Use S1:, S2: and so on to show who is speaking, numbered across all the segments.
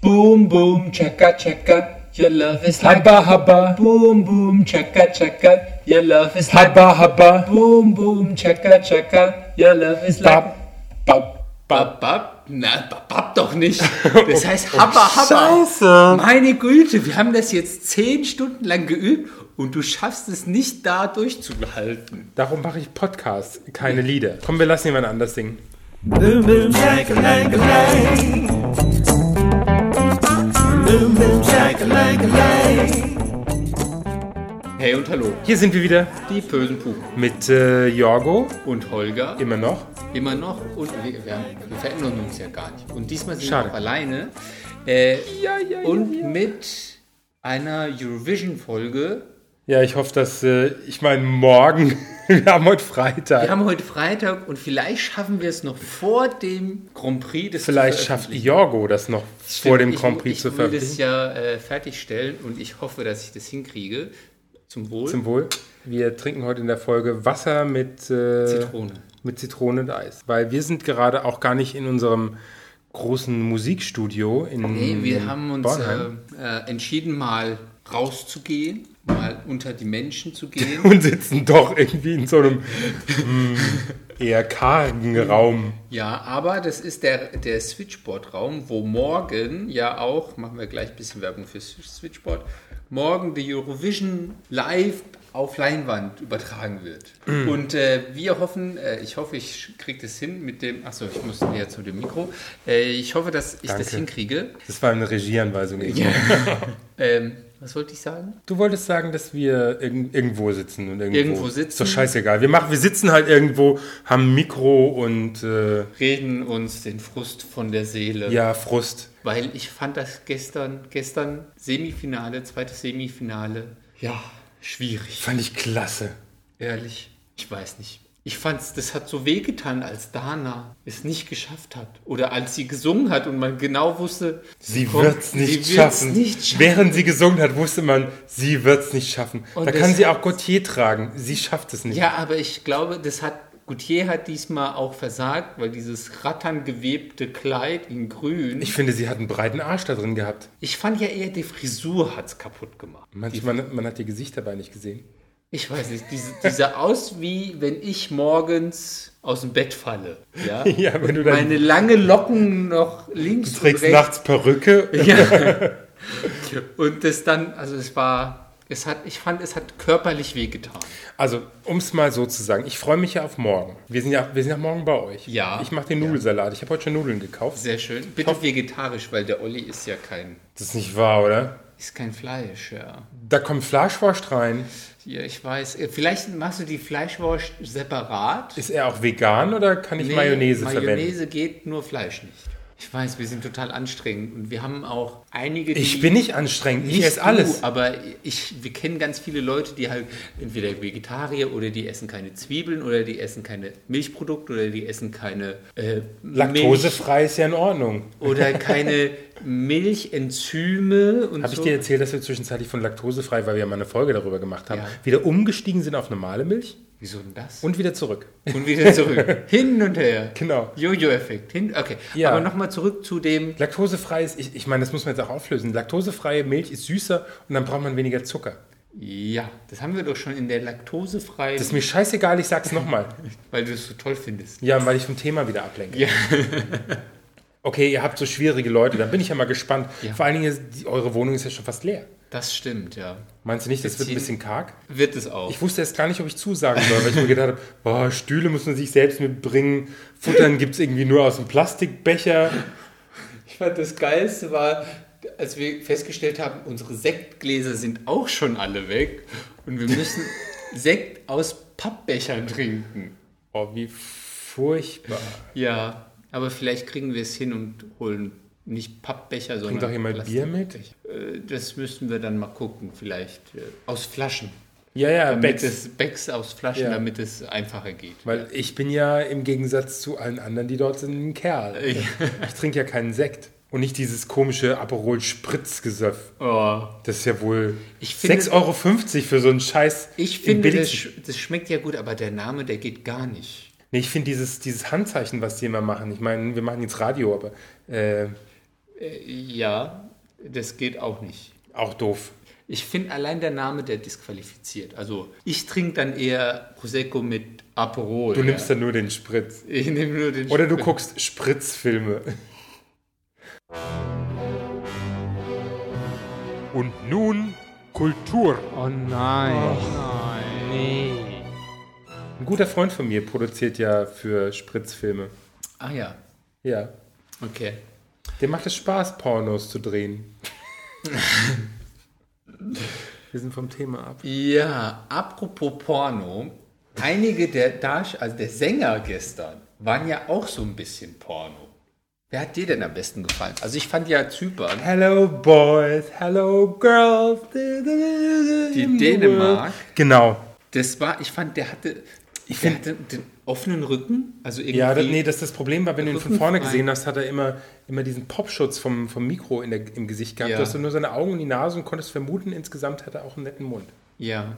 S1: Boom, boom, chaka, chaka. Your love is like
S2: Habba habba,
S1: boom, boom, chaka, chaka. Your love is like
S2: habba habba,
S1: boom, boom, chaka, chaka. Your love is like
S2: bab, bab, bab. Oh,
S3: Babab? Na, babab doch nicht. Das heißt Habba Habba.
S2: Scheiße.
S3: Meine Güte, wir haben das jetzt zehn Stunden lang geübt und du schaffst es nicht da durchzuhalten.
S2: Darum mache ich Podcasts, keine Lieder. Komm, wir lassen jemand anders singen.
S4: Boom boom shaka like a lay. Boom boom shaka like a lay.
S3: Hey und hallo,
S2: Hier sind wir wieder
S3: die bösen Puben.
S2: mit äh, Jorgo,
S3: Und Holger
S2: immer noch.
S3: immer noch. Und wir, wir, haben, wir verändern uns ja gar nicht. Und diesmal sind
S2: Schade.
S3: wir auch alleine. Äh, und mit einer Eurovision-Folge.
S2: Ja, ich hoffe, dass, äh, ich meine, morgen, wir haben heute Freitag.
S3: Wir haben heute Freitag und vielleicht schaffen wir es noch vor dem Grand Prix. Das zu
S2: Vielleicht schafft
S3: veröffentlichen.
S2: Jorgo das noch vor
S3: Stimmt,
S2: dem
S3: ich-
S2: Grand Prix zu
S3: Ich will das
S2: veröffentlichen.
S3: ja äh, fertigstellen und ich hoffe, dass ich das hinkriege. Zum Wohl.
S2: Zum Wohl. Wir trinken heute in der Folge Wasser mit, äh,
S3: Zitrone.
S2: mit Zitrone und Eis. Weil wir sind gerade auch gar nicht in unserem großen Musikstudio in
S3: Nee, wir haben uns äh,
S2: Mhm. Bornheim.
S3: äh, entschieden, mal rauszugehen, mal unter die Menschen zu gehen.
S2: und sitzen doch irgendwie in so einem mm, eher kargen Raum.
S3: ja, aber das ist der, der Switchboard-Raum, wo morgen ja auch, machen wir gleich ein bisschen Werbung für Switchboard, morgen die Eurovision live auf Leinwand übertragen wird.
S2: Mhm.
S3: Und äh, wir hoffen, äh, ich hoffe, ich kriege das hin mit dem, achso, ich muss näher zu dem Mikro. Äh, ich hoffe, dass ich das
S2: Danke.
S3: hinkriege.
S2: Das war eine Regieanweisung. irgendwie.
S3: Ähm, was wollte ich sagen?
S2: Du wolltest sagen, dass wir irg irgendwo sitzen und irgendwo,
S3: Irgendwo sitzen.
S2: Ist doch scheißegal. Wir, machen, wir sitzen halt irgendwo, haben Mikro und äh,
S3: Reden uns den Frust von der Seele.
S2: ja, Frust.
S3: Weil ich fand das gestern, gestern Semifinale, zweites Semifinale, ja, schwierig.
S2: Fand ich klasse.
S3: Ehrlich, ich weiß nicht. Ich fand's, das hat so wehgetan, als Dana es nicht geschafft hat. Oder als sie gesungen hat und man genau wusste,
S2: Sie
S3: kommt-
S2: wird's nicht
S3: sie wird's
S2: schaffen.
S3: nicht schaffen.
S2: Während sie gesungen hat, wusste man, sie wird's nicht schaffen.
S3: Und
S2: da
S3: das-
S2: kann sie auch Gautier tragen. Sie schafft es nicht.
S3: Ja, aber ich glaube, das hat Gutier hat diesmal auch versagt, weil dieses ratterngewebte Kleid in grün.
S2: Ich
S3: Ich,
S2: finde, sie hat einen breiten Arsch da drin gehabt.
S3: fand ja eher, die Frisur hat's kaputt gemacht.
S2: Manchmal, man hat ihr Gesicht dabei nicht gesehen.
S3: Ich weiß nicht, diese, dieser aus wie wenn ich morgens aus dem Bett falle. Ja,
S2: Ja, wenn du dann-
S3: meine lange Locken noch links
S2: Du trägst
S3: und rechts.
S2: nachts Perücke.
S3: Ja. und das dann, also es war, es hat, ich fand, es hat körperlich wehgetan.
S2: Also, um es mal so zu sagen, ich freue mich ja auf morgen. Wir sind ja, wir sind ja morgen bei euch.
S3: Ja.
S2: Ich mache den Nudelsalat. Ich habe heute schon Nudeln gekauft.
S3: Sehr schön. Bitte vegetarisch, weil der Olli ist ja kein,
S2: Das ist nicht wahr, oder?
S3: ist kein Fleisch, ja.
S2: Da kommt Fleischwurst rein.
S3: Ja, ich weiß. Äh, Vielleicht machst du die Fleischwurst separat.
S2: Ist er auch vegan oder kann ich Mayonnaise, verwenden?
S3: Mayonnaise geht nur Fleisch nicht. Ich weiß, wir sind total anstrengend und wir haben auch einige. die-
S2: Ich bin nicht anstrengend. Ich
S3: Nicht
S2: esse alles.
S3: Du, aber ich, wir kennen ganz viele Leute, die halt entweder Vegetarier oder die essen keine Zwiebeln oder die essen keine Milchprodukte oder die essen keine äh, Milch
S2: Laktosefrei ist ja in Ordnung.
S3: oder keine Milchenzyme und
S2: Habe ich
S3: so.
S2: dir erzählt, dass wir zwischenzeitlich von Laktosefrei, weil wir ja mal eine Folge darüber gemacht haben,
S3: Ja.
S2: wieder umgestiegen sind auf normale Milch
S3: Wieso denn das?
S2: und wieder zurück.
S3: Und wieder zurück. Hin und her.
S2: Genau.
S3: Jojo-Effekt. Hin, okay.
S2: Ja.
S3: Aber nochmal zurück zu dem.
S2: Laktosefrei ist, ich, ich meine, das muss man jetzt auch auflösen. Laktosefreie Milch ist süßer und dann braucht man weniger Zucker.
S3: Ja, das haben wir doch schon in der laktosefreien,
S2: Das ist mir scheißegal, ich sag's nochmal.
S3: weil du es so toll findest.
S2: Ja, weil ich vom Thema wieder ablenke. okay, ihr habt so schwierige Leute, dann bin ich ja mal gespannt.
S3: Ja.
S2: Vor allen Dingen, ist die, eure Wohnung ist ja schon fast leer.
S3: Das stimmt, ja.
S2: Meinst du nicht, das wird ein
S3: ziehen-
S2: bisschen karg?
S3: Wird es auch.
S2: Ich wusste erst gar nicht, ob ich zusagen soll, weil ich mir gedacht habe, boah, Stühle muss man sich selbst mitbringen, Futtern gibt's irgendwie nur aus einem Plastikbecher.
S3: Ich fand das Geilste war, als wir festgestellt haben, unsere Sektgläser sind auch schon alle weg und wir müssen Sekt aus Pappbechern trinken.
S2: Oh, wie furchtbar.
S3: Ja, aber vielleicht kriegen wir es hin und holen nicht Pappbecher, sondern.
S2: Bringt doch jemand Bier mit?
S3: Bier? Das müssten wir dann mal gucken, vielleicht äh, aus Flaschen.
S2: Ja, ja,
S3: Damit
S2: Becks.
S3: es Becks aus Flaschen,
S2: Ja.
S3: damit es einfacher geht.
S2: Weil ich bin ja im Gegensatz zu allen anderen, die dort sind, ein Kerl.
S3: Ja.
S2: Ich trinke ja keinen Sekt. Und nicht dieses komische Aperol-Spritz-Gesöff.
S3: Oh.
S2: Das ist ja wohl
S3: Ich finde-
S2: 6,50 Euro für so einen Scheiß.
S3: Ich
S2: im
S3: finde, das,
S2: billigsten-
S3: sch- das schmeckt ja gut, aber der Name, der geht gar nicht.
S2: Nee, ich finde dieses, dieses Handzeichen, was die immer machen. Ich meine, wir machen jetzt Radio, aber äh,
S3: Äh, ja, das geht auch nicht.
S2: Auch doof.
S3: Ich finde allein der Name, der disqualifiziert. Also ich trinke dann eher Prosecco mit Aperol.
S2: Du nimmst
S3: ja.
S2: dann nur den Spritz.
S3: Ich nehme nur den
S2: Oder du
S3: Spritz.
S2: guckst Spritzfilme. Und nun Kultur.
S5: Oh nein.
S3: Oh,
S5: Nee.
S2: Ein guter Freund von mir produziert ja für Spritzfilme.
S3: Ah ja,
S2: Ja.
S3: okay.
S2: Dem macht es Spaß, Pornos zu drehen. Wir sind vom Thema ab.
S3: Ja, apropos Porno. Einige der Darsch, also der Sänger gestern, waren ja auch so ein bisschen Porno. Wer hat dir denn am besten gefallen? Also ich fand ja Zypern.
S2: Hello Boys, hello Girls. Die
S3: Dänemark.
S2: Genau.
S3: Das war, ich fand, der hatte, ich der hatte den offenen Rücken. Also irgendwie.
S2: Ja, das, nee, das, das Problem war, wenn du ihn von vorne
S3: Rückenfrei.
S2: gesehen hast, hat er immer, immer diesen Popschutz vom, vom Mikro in der, im Gesicht gehabt.
S3: Ja.
S2: Du hast nur seine Augen und die Nase und konntest vermuten, insgesamt hat er auch einen netten Mund.
S3: Ja,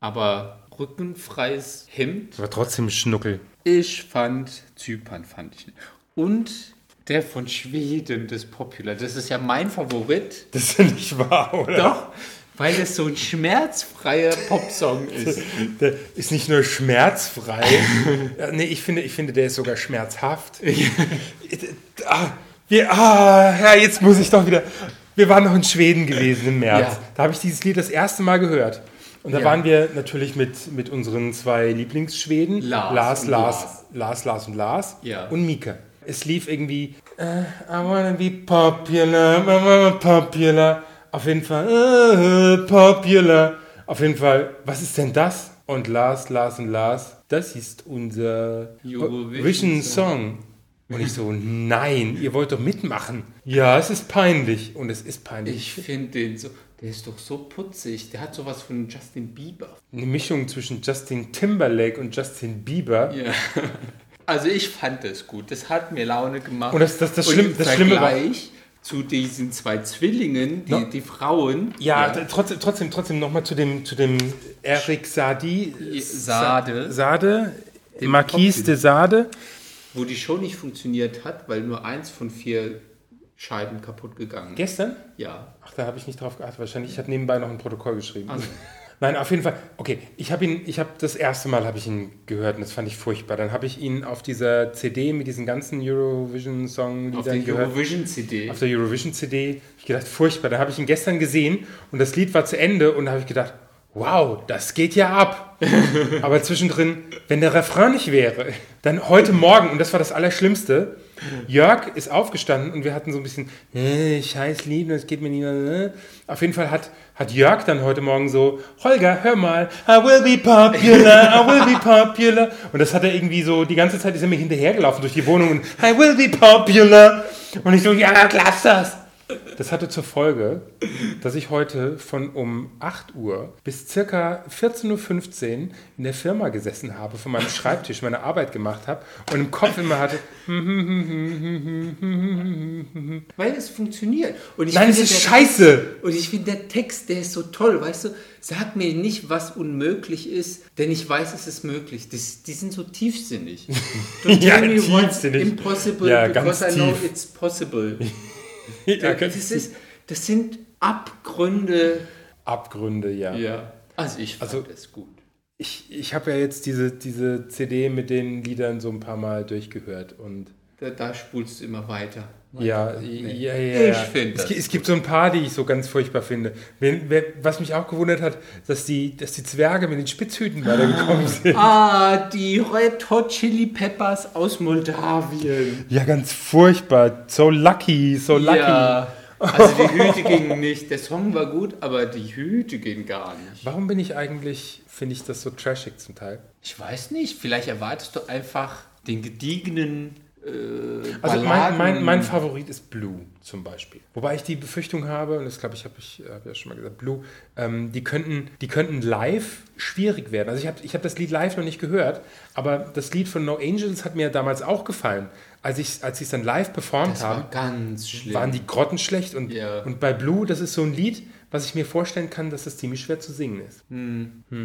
S3: aber rückenfreies Hemd.
S2: Aber trotzdem Schnuckel.
S3: Ich fand Zypern, fand ich. Und der von Schweden, das Popular. Das ist ja mein Favorit.
S2: Das ist ja nicht wahr, oder?
S3: Doch, weil es so ein schmerzfreier Popsong ist.
S2: Der ist nicht nur schmerzfrei. ja, nee, ich finde, ich finde, der ist sogar schmerzhaft. ah, wir, ah, ja, jetzt muss ich doch wieder. Wir waren noch in Schweden gewesen im März.
S3: Ja.
S2: Da habe ich dieses Lied das erste Mal gehört. Und da
S3: Ja.
S2: waren wir natürlich mit, mit unseren zwei Lieblingsschweden,
S3: Lars
S2: Lars,
S3: und
S2: Lars, Lars, Lars und Lars
S3: Ja.
S2: und Mika. Es lief irgendwie äh, I wanna be popular, I wanna be popular. Auf jeden Fall, äh, popular. Auf jeden Fall, was ist denn das? Und Lars, Lars und Lars, das ist unser
S3: Eurovision
S2: Vision Song. Und ich so, nein, ihr wollt doch mitmachen. Ja, es ist peinlich. Und es ist peinlich.
S3: Ich finde den so, der ist doch so putzig. Der hat sowas von Justin Bieber.
S2: Eine Mischung zwischen Justin Timberlake und Justin Bieber.
S3: Ja. Also ich fand das gut. Das hat mir Laune gemacht.
S2: Und das- das- das
S3: Und
S2: Schlimm-
S3: im
S2: das Schlimme war-
S3: Vergleich zu diesen zwei Zwillingen, die,
S2: No.
S3: die Frauen.
S2: Ja, t- trotzdem, trotzdem, trotzdem nochmal zu dem, zu dem Eric Sadi.
S3: Sade.
S2: Sade. Marquis de Sade.
S3: wo die Show nicht funktioniert hat, weil nur eins von vier Scheiben kaputt gegangen. ist.
S2: Gestern?
S3: Ja.
S2: Ach, da habe ich nicht drauf geachtet. Wahrscheinlich, ich habe nebenbei noch ein Protokoll geschrieben. Nein, auf jeden Fall. Okay, ich habe ihn, ich habe das erste Mal habe ich ihn gehört und das fand ich furchtbar. Dann habe ich ihn auf dieser CD mit diesen ganzen Eurovision Song
S3: Auf der
S2: Liedern gehört.
S3: Eurovision CD.
S2: Auf der Eurovision CD. Hab Ich gedacht, furchtbar. Dann habe ich ihn gestern gesehen und das Lied war zu Ende und da habe ich gedacht, wow, das geht ja ab. Aber zwischendrin, wenn der Refrain nicht wäre, dann heute Morgen, und das war das Allerschlimmste, Jörg ist aufgestanden und wir hatten so ein bisschen, äh, scheiß Lied, das geht mir nicht mehr. äh. Auf jeden Fall hat, hat Jörg dann heute Morgen so, Holger, hör mal, I will be popular, I will be popular. Und das hat er irgendwie so, die ganze Zeit ist er mir hinterhergelaufen durch die Wohnung und I will be popular. Und ich so, ja, lass das. Das hatte zur Folge, dass ich heute von um 8 Uhr bis circa 14.15 Uhr in der Firma gesessen habe, von meinem Schreibtisch meine Arbeit gemacht habe und im Kopf immer hatte,
S3: Weil es funktioniert. Und ich
S2: nein, es
S3: finde,
S2: ist
S3: der-
S2: scheiße.
S3: Und ich finde, der Text, der ist so toll, weißt du? Sag mir nicht, was unmöglich ist, denn ich weiß, es ist möglich. Das, die sind so tiefsinnig. Don't
S2: Ja,
S3: tell me what's
S2: tiefsinnig.
S3: Impossible,
S2: Ja,
S3: because
S2: ganz
S3: I know
S2: tief.
S3: it's possible.
S2: Ja,
S3: das, ist, das sind Abgründe.
S2: Abgründe, ja.
S3: Ja. Also ich fand
S2: Also-
S3: das gut.
S2: Ich, ich habe ja jetzt diese, diese CD mit den Liedern so ein paar Mal durchgehört und
S3: Da, da spulst du immer weiter.
S2: Ja, ja, ja, ja.
S3: Ich find
S2: es,
S3: das
S2: gi- es gibt so ein paar, die ich so ganz furchtbar finde. Wenn, wer, was mich auch gewundert hat, dass die, dass die Zwerge mit den Spitzhüten weitergekommen sind.
S3: Ah, die Red Hot Chili Peppers aus Moldawien.
S2: Ja, ganz furchtbar. So lucky, so lucky.
S3: Ja. Oh, Also die Hüte gingen nicht. Der Song war gut, aber die Hüte gingen gar nicht.
S2: Warum bin ich eigentlich, finde ich das so trashig zum Teil?
S3: Ich weiß nicht, vielleicht erwartest du einfach den gediegenen äh,
S2: Also mein,
S3: Balladen-
S2: mein, mein Favorit ist Blue zum Beispiel. Wobei ich die Befürchtung habe, und das glaube ich, habe ich äh, hab ja schon mal gesagt, Blue, ähm, die, könnten, die könnten live schwierig werden. Also ich habe ich hab das Lied live noch nicht gehört, aber das Lied von No Angels hat mir damals auch gefallen. Als ich als sie es dann live performt
S3: Das
S2: haben,
S3: war ganz schlimm.
S2: waren die grottenschlecht. Und,
S3: Ja.
S2: und bei Blue, das ist so ein Lied, was ich mir vorstellen kann, dass das ziemlich schwer zu singen ist.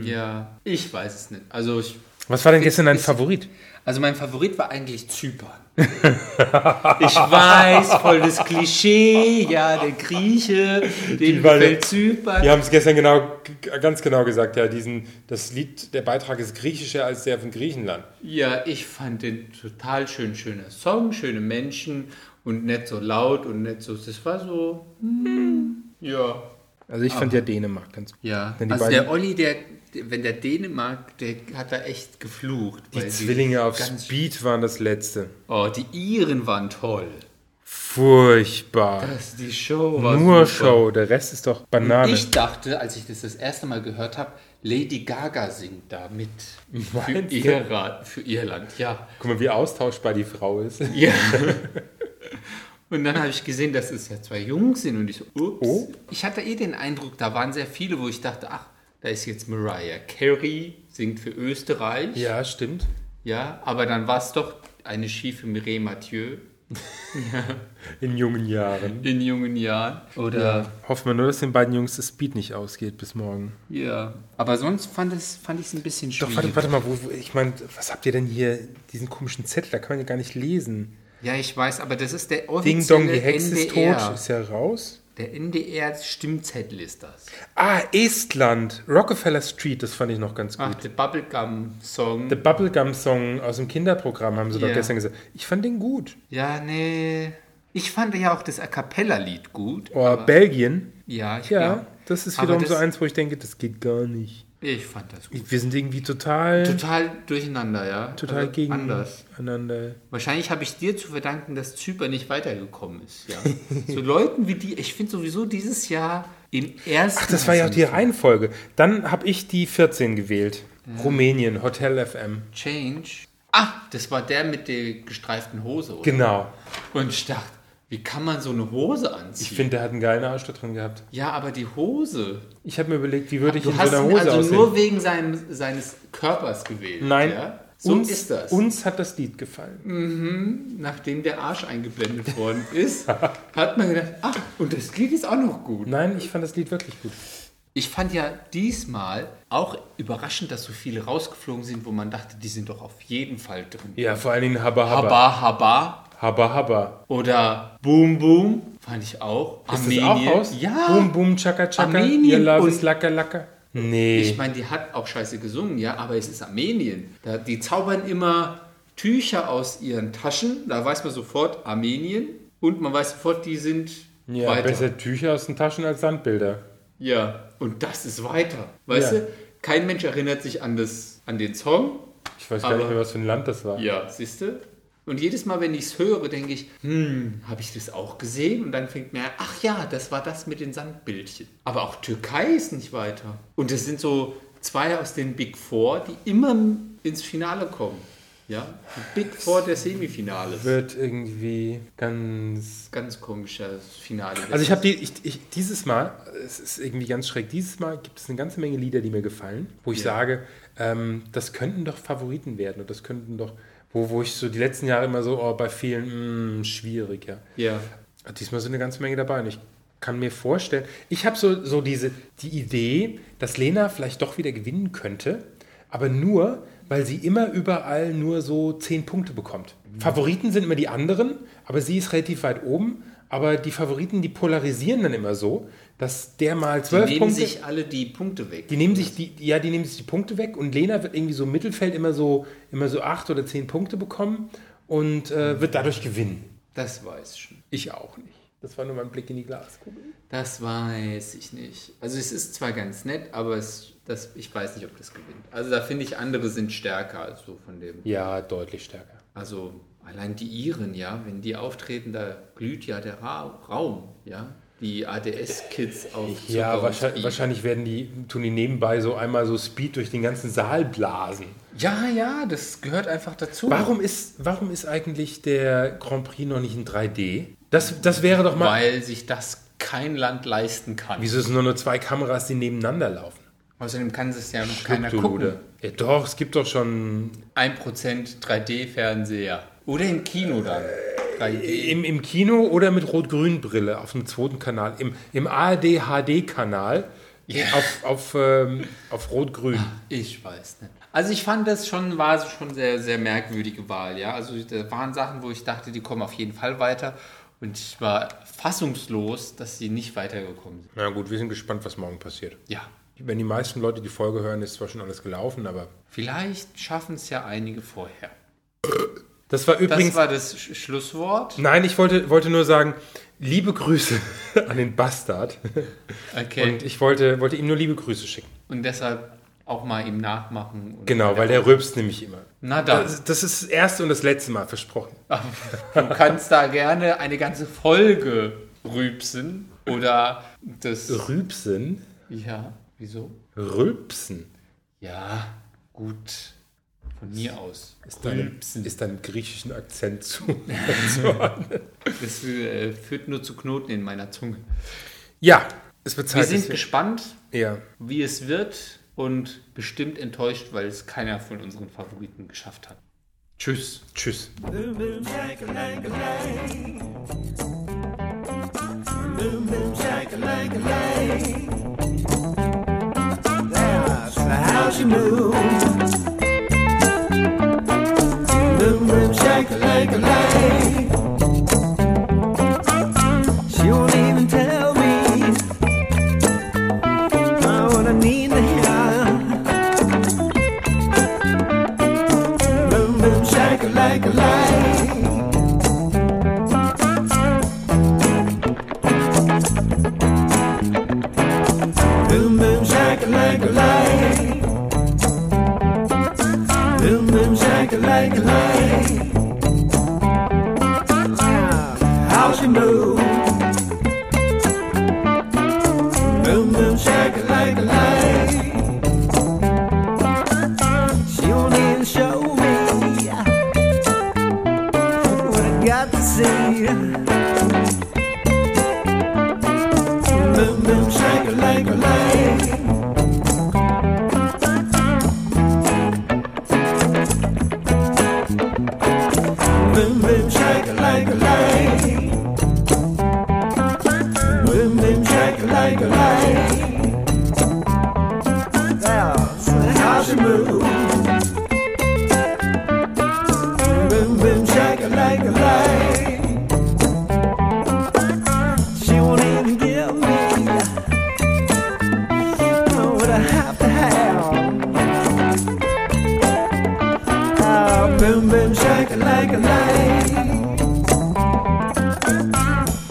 S3: ja, ich weiß es nicht. Also ich,
S2: Was war denn gestern dein Favorit?
S3: Also mein Favorit war eigentlich Zypern. ich weiß, voll das Klischee, ja, der Grieche, dem
S2: Weil-
S3: gefällt Zypern.
S2: Wir haben es gestern genau, g- ganz genau gesagt, ja, diesen, das Lied, der Beitrag ist griechischer als der von Griechenland.
S3: Ja, ich fand den total schön, schöner Song, schöne Menschen und nicht so laut und nicht so, das war so, hm, ja.
S2: Also ich fand ja Dänemark ganz gut.
S3: Ja,
S2: Wenn die
S3: also
S2: beiden-
S3: der Olli, der, der- wenn der Dänemark, der hat da echt geflucht.
S2: Die Zwillinge auf
S3: ganz,
S2: Speed waren das letzte.
S3: Oh, die Iren waren toll.
S2: Furchtbar.
S3: Das, die Show war
S2: Nur
S3: super.
S2: Show, der Rest ist doch Banane.
S3: Ich dachte, als ich das das erste Mal gehört habe, Lady Gaga singt da mit für,
S2: Meinst du?
S3: Ira, für Irland, ja.
S2: Guck mal, wie austauschbar die Frau ist.
S3: ja. Und dann habe ich gesehen, dass es ja zwei Jungs sind und ich so, ups.
S2: Oh.
S3: Ich hatte eh den Eindruck, da waren sehr viele, wo ich dachte, ach, da ist jetzt Mariah Carey, singt für Österreich.
S2: Ja, stimmt.
S3: Ja, aber dann war es doch eine schiefe Mireille Mathieu
S2: In jungen Jahren.
S3: in jungen Jahren. Oder
S2: Hoffen wir nur, dass den beiden Jungs das Speed nicht ausgeht bis morgen.
S3: ja. Aber sonst fand es fand ich es ein bisschen
S2: Doch,
S3: schwierig.
S2: warte, warte mal, wo, wo, ich meine, was habt ihr denn hier? Diesen komischen Zettel, da kann man ja gar nicht lesen.
S3: Ja, ich weiß, aber das ist der offizielle
S2: Ding Dong, die Hexe ist
S3: NDR.
S2: tot, ist ja raus.
S3: Der NDR Stimmzettel ist das.
S2: Ah, Estland, Rockefeller Street, das fand ich noch ganz gut.
S3: Ach, der Bubblegum Song.
S2: Der Bubblegum-Song aus dem Kinderprogramm haben sie doch
S3: Ja.
S2: gestern gesagt. Ich fand den gut.
S3: ja, nee. Ich fand ja auch das A cappella Lied gut.
S2: Oh, Belgien,
S3: Ja, ich
S2: ja,
S3: glaub-
S2: das ist
S3: aber
S2: wiederum
S3: das,
S2: so eins, wo ich denke, das geht gar nicht.
S3: Ich fand das gut.
S2: Wir sind irgendwie total, total,
S3: Total durcheinander, ja. Also
S2: gegen
S3: anders.
S2: einander.
S3: Wahrscheinlich habe ich dir zu verdanken, dass Zypern nicht weitergekommen ist. Ja. so Leuten wie die, ich finde sowieso dieses Jahr im ersten.
S2: Ach, das war ja auch die Reihenfolge. Dann habe ich die 14 gewählt.
S3: Mhm.
S2: Rumänien, Hotel FM.
S3: Change. Ah, das war der mit der gestreiften Hose. Oder?
S2: Genau.
S3: Und ich dachte, wie kann man so eine Hose anziehen?
S2: Ich finde, der hat einen geilen Arsch da drin gehabt.
S3: ja, aber die Hose.
S2: Ich habe mir überlegt, wie würde ich
S3: Du
S2: in so
S3: hast
S2: einer
S3: ihn
S2: Hose
S3: also
S2: aussehen.
S3: nur wegen seinem, seines Körpers gewählt.
S2: Nein,
S3: Ja? So
S2: uns,
S3: ist das.
S2: uns hat das Lied gefallen.
S3: Nachdem der Arsch eingeblendet worden ist, hat man gedacht, ach, und das Lied ist auch noch gut.
S2: Nein, ich fand das Lied wirklich gut.
S3: Ich fand ja diesmal auch überraschend, dass so viele rausgeflogen sind, wo man dachte, die sind doch auf jeden Fall drin.
S2: Ja, vor allen Dingen Habba Habba.
S3: Haba Haba
S2: Habba Habba.
S3: oder Boom Boom fand ich auch.
S2: Ist das auch raus?
S3: Ja.
S2: Boom, boom, chaka, chaka.
S3: Armenien
S2: Ihr Love
S3: und-
S2: is laka, laka. Nee.
S3: Ich meine, die hat auch scheiße gesungen, ja, aber es ist Armenien. Da, die zaubern immer Tücher aus ihren Taschen, da weiß man sofort Armenien und man weiß sofort, die sind
S2: ja,
S3: weiter.
S2: besser Tücher aus den Taschen als Sandbilder.
S3: Ja, und das ist weiter. Weißt
S2: Ja.
S3: du, kein Mensch erinnert sich an, das, an den Song,
S2: Ich weiß gar
S3: Aber-
S2: nicht mehr, was für ein Land das war.
S3: Ja, siehst du? Und jedes Mal, wenn ich es höre, denke ich, hm, habe ich das auch gesehen? Und dann fängt mir an, ach ja, das war das mit den Sandbildchen. Aber auch Türkei ist nicht weiter. Und das sind so zwei aus den Big Four, die immer ins Finale kommen. Ja, die Big Four der Semifinale.
S2: Wird irgendwie ganz
S3: Ganz komisches Finale.
S2: Also ich habe die, ich, ich, dieses Mal, es ist irgendwie ganz schräg, dieses Mal gibt es eine ganze Menge Lieder, die mir gefallen, wo ich
S3: Ja.
S2: sage, ähm, das könnten doch Favoriten werden und das könnten doch, wo, wo ich so die letzten Jahre immer so, oh, bei vielen, mm, schwierig, ja.
S3: Ja,
S2: Diesmal sind eine ganze Menge dabei und ich kann mir vorstellen, ich habe so, so diese, die Idee, dass Lena vielleicht doch wieder gewinnen könnte, aber nur, weil sie immer überall nur so zehn Punkte bekommt. Favoriten sind immer die anderen, aber sie ist relativ weit oben. Aber die Favoriten, die polarisieren dann immer so, dass der mal
S3: die
S2: zwölf
S3: nehmen
S2: Punkte.
S3: sich alle die Punkte weg.
S2: die ne- nehmen sich die, ja, die nehmen sich die Punkte weg und Lena wird irgendwie so im Mittelfeld immer so, immer so acht oder zehn Punkte bekommen und äh, wird dadurch gewinnen.
S3: das weiß ich schon.
S2: Ich auch nicht. Das war nur mein Blick in die Glaskugel.
S3: Das weiß ich nicht. Also es ist zwar ganz nett, aber es, das, ich weiß nicht, ob das gewinnt. Also da finde ich, andere sind stärker als so von dem.
S2: Ja, deutlich stärker.
S3: Also allein die Iren, ja, wenn die auftreten, da glüht ja der Ra Raum, ja. Die ADS-Kids auf Zucker
S2: Ja,
S3: und
S2: wahrscheinlich,
S3: Speed.
S2: wahrscheinlich werden die, tun die nebenbei so einmal so Speed durch den ganzen Saal blasen.
S3: Ja, ja, das gehört einfach dazu.
S2: Warum ist, warum ist eigentlich der Grand Prix noch nicht in 3D? Das, das wäre doch mal.
S3: Weil sich das kein Land leisten kann.
S2: Wieso sind nur, nur zwei Kameras, die nebeneinander laufen?
S3: Außerdem kann es ja noch keiner
S2: Schubdude.
S3: gucken.
S2: Ja, doch, es gibt doch schon.
S3: 1% 3D-Fernseher. Oder im Kino dann. 3D.
S2: Im, im Kino oder mit Rot-Grün-Brille auf dem zweiten Kanal. Im, im ARD-HD-Kanal auf, auf, ähm, auf Rot-Grün.
S3: Ich weiß nicht. Also ich fand das schon, war so schon sehr, sehr merkwürdige Wahl, ja. Also da waren Sachen, wo ich dachte, die kommen auf jeden Fall weiter. Und ich war fassungslos, dass sie nicht weitergekommen sind.
S2: Na gut, wir sind gespannt, was morgen passiert.
S3: Ja.
S2: Wenn die meisten Leute die Folge hören, ist zwar schon alles gelaufen, aber.
S3: Vielleicht schaffen es ja einige vorher.
S2: Das war
S3: Das
S2: übrigens.
S3: war das Sch Schlusswort.
S2: Nein, ich wollte, wollte nur sagen, liebe Grüße an den Bastard.
S3: Okay.
S2: Und ich wollte, wollte ihm nur liebe Grüße schicken.
S3: Und deshalb auch mal ihm nachmachen. Und
S2: Genau, weil der rülpst nämlich immer.
S3: Na dann,
S2: Das, das ist das erste und das letzte Mal versprochen.
S3: du kannst da gerne eine ganze Folge rübsen oder das.
S2: Rübsen?
S3: Ja, wieso?
S2: Rülpsen.
S3: Ja, gut. Von mir aus.
S2: Ist deinem, ist deinem griechischen Akzent zu. zuzuordnen.
S3: Das äh, führt nur zu Knoten in meiner Zunge.
S2: ja, es wird
S3: Wir
S2: Zeit.
S3: sind
S2: dass
S3: gespannt,
S2: wir, ja.
S3: wie es wird und bestimmt enttäuscht, weil es keiner von unseren Favoriten geschafft hat. Tschüss.
S2: Tschüss.
S4: Boom boom shakalaka-lake. Boom boom shakalaka-lake. That's how she moves. Boom boom shakalaka-lake. She won't even tell me uh, what I need to hear. Boom boom shaka like a light. Boom boom shaka like a light. Boom boom shaka like a light. How she move? Boom boom shaka like a light. She won't even show me what I got to see. Boom, boom, shake it like a light. Boom, boom, shake it like a light. Boom, boom, shake it like a light. That's how she moves. Boom, boom, shake it like a light. She won't even give me what I have to have. Oh, boom, boom, shake it like a light.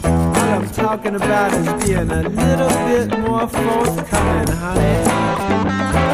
S4: What I'm talking about is being a little bit more forthcoming, honey.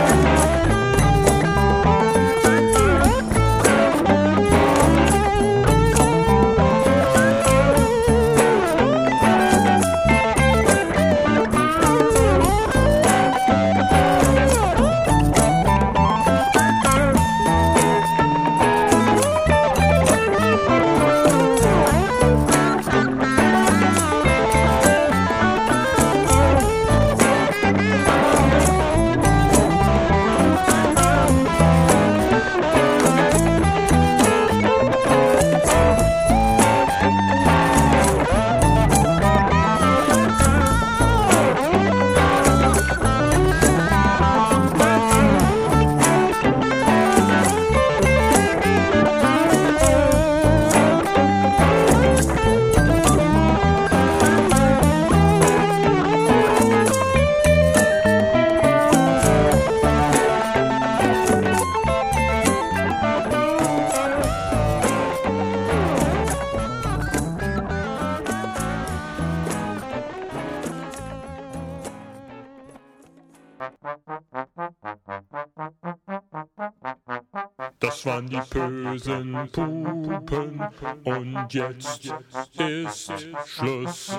S6: Das waren die bösen Pupen und jetzt ist Schluss.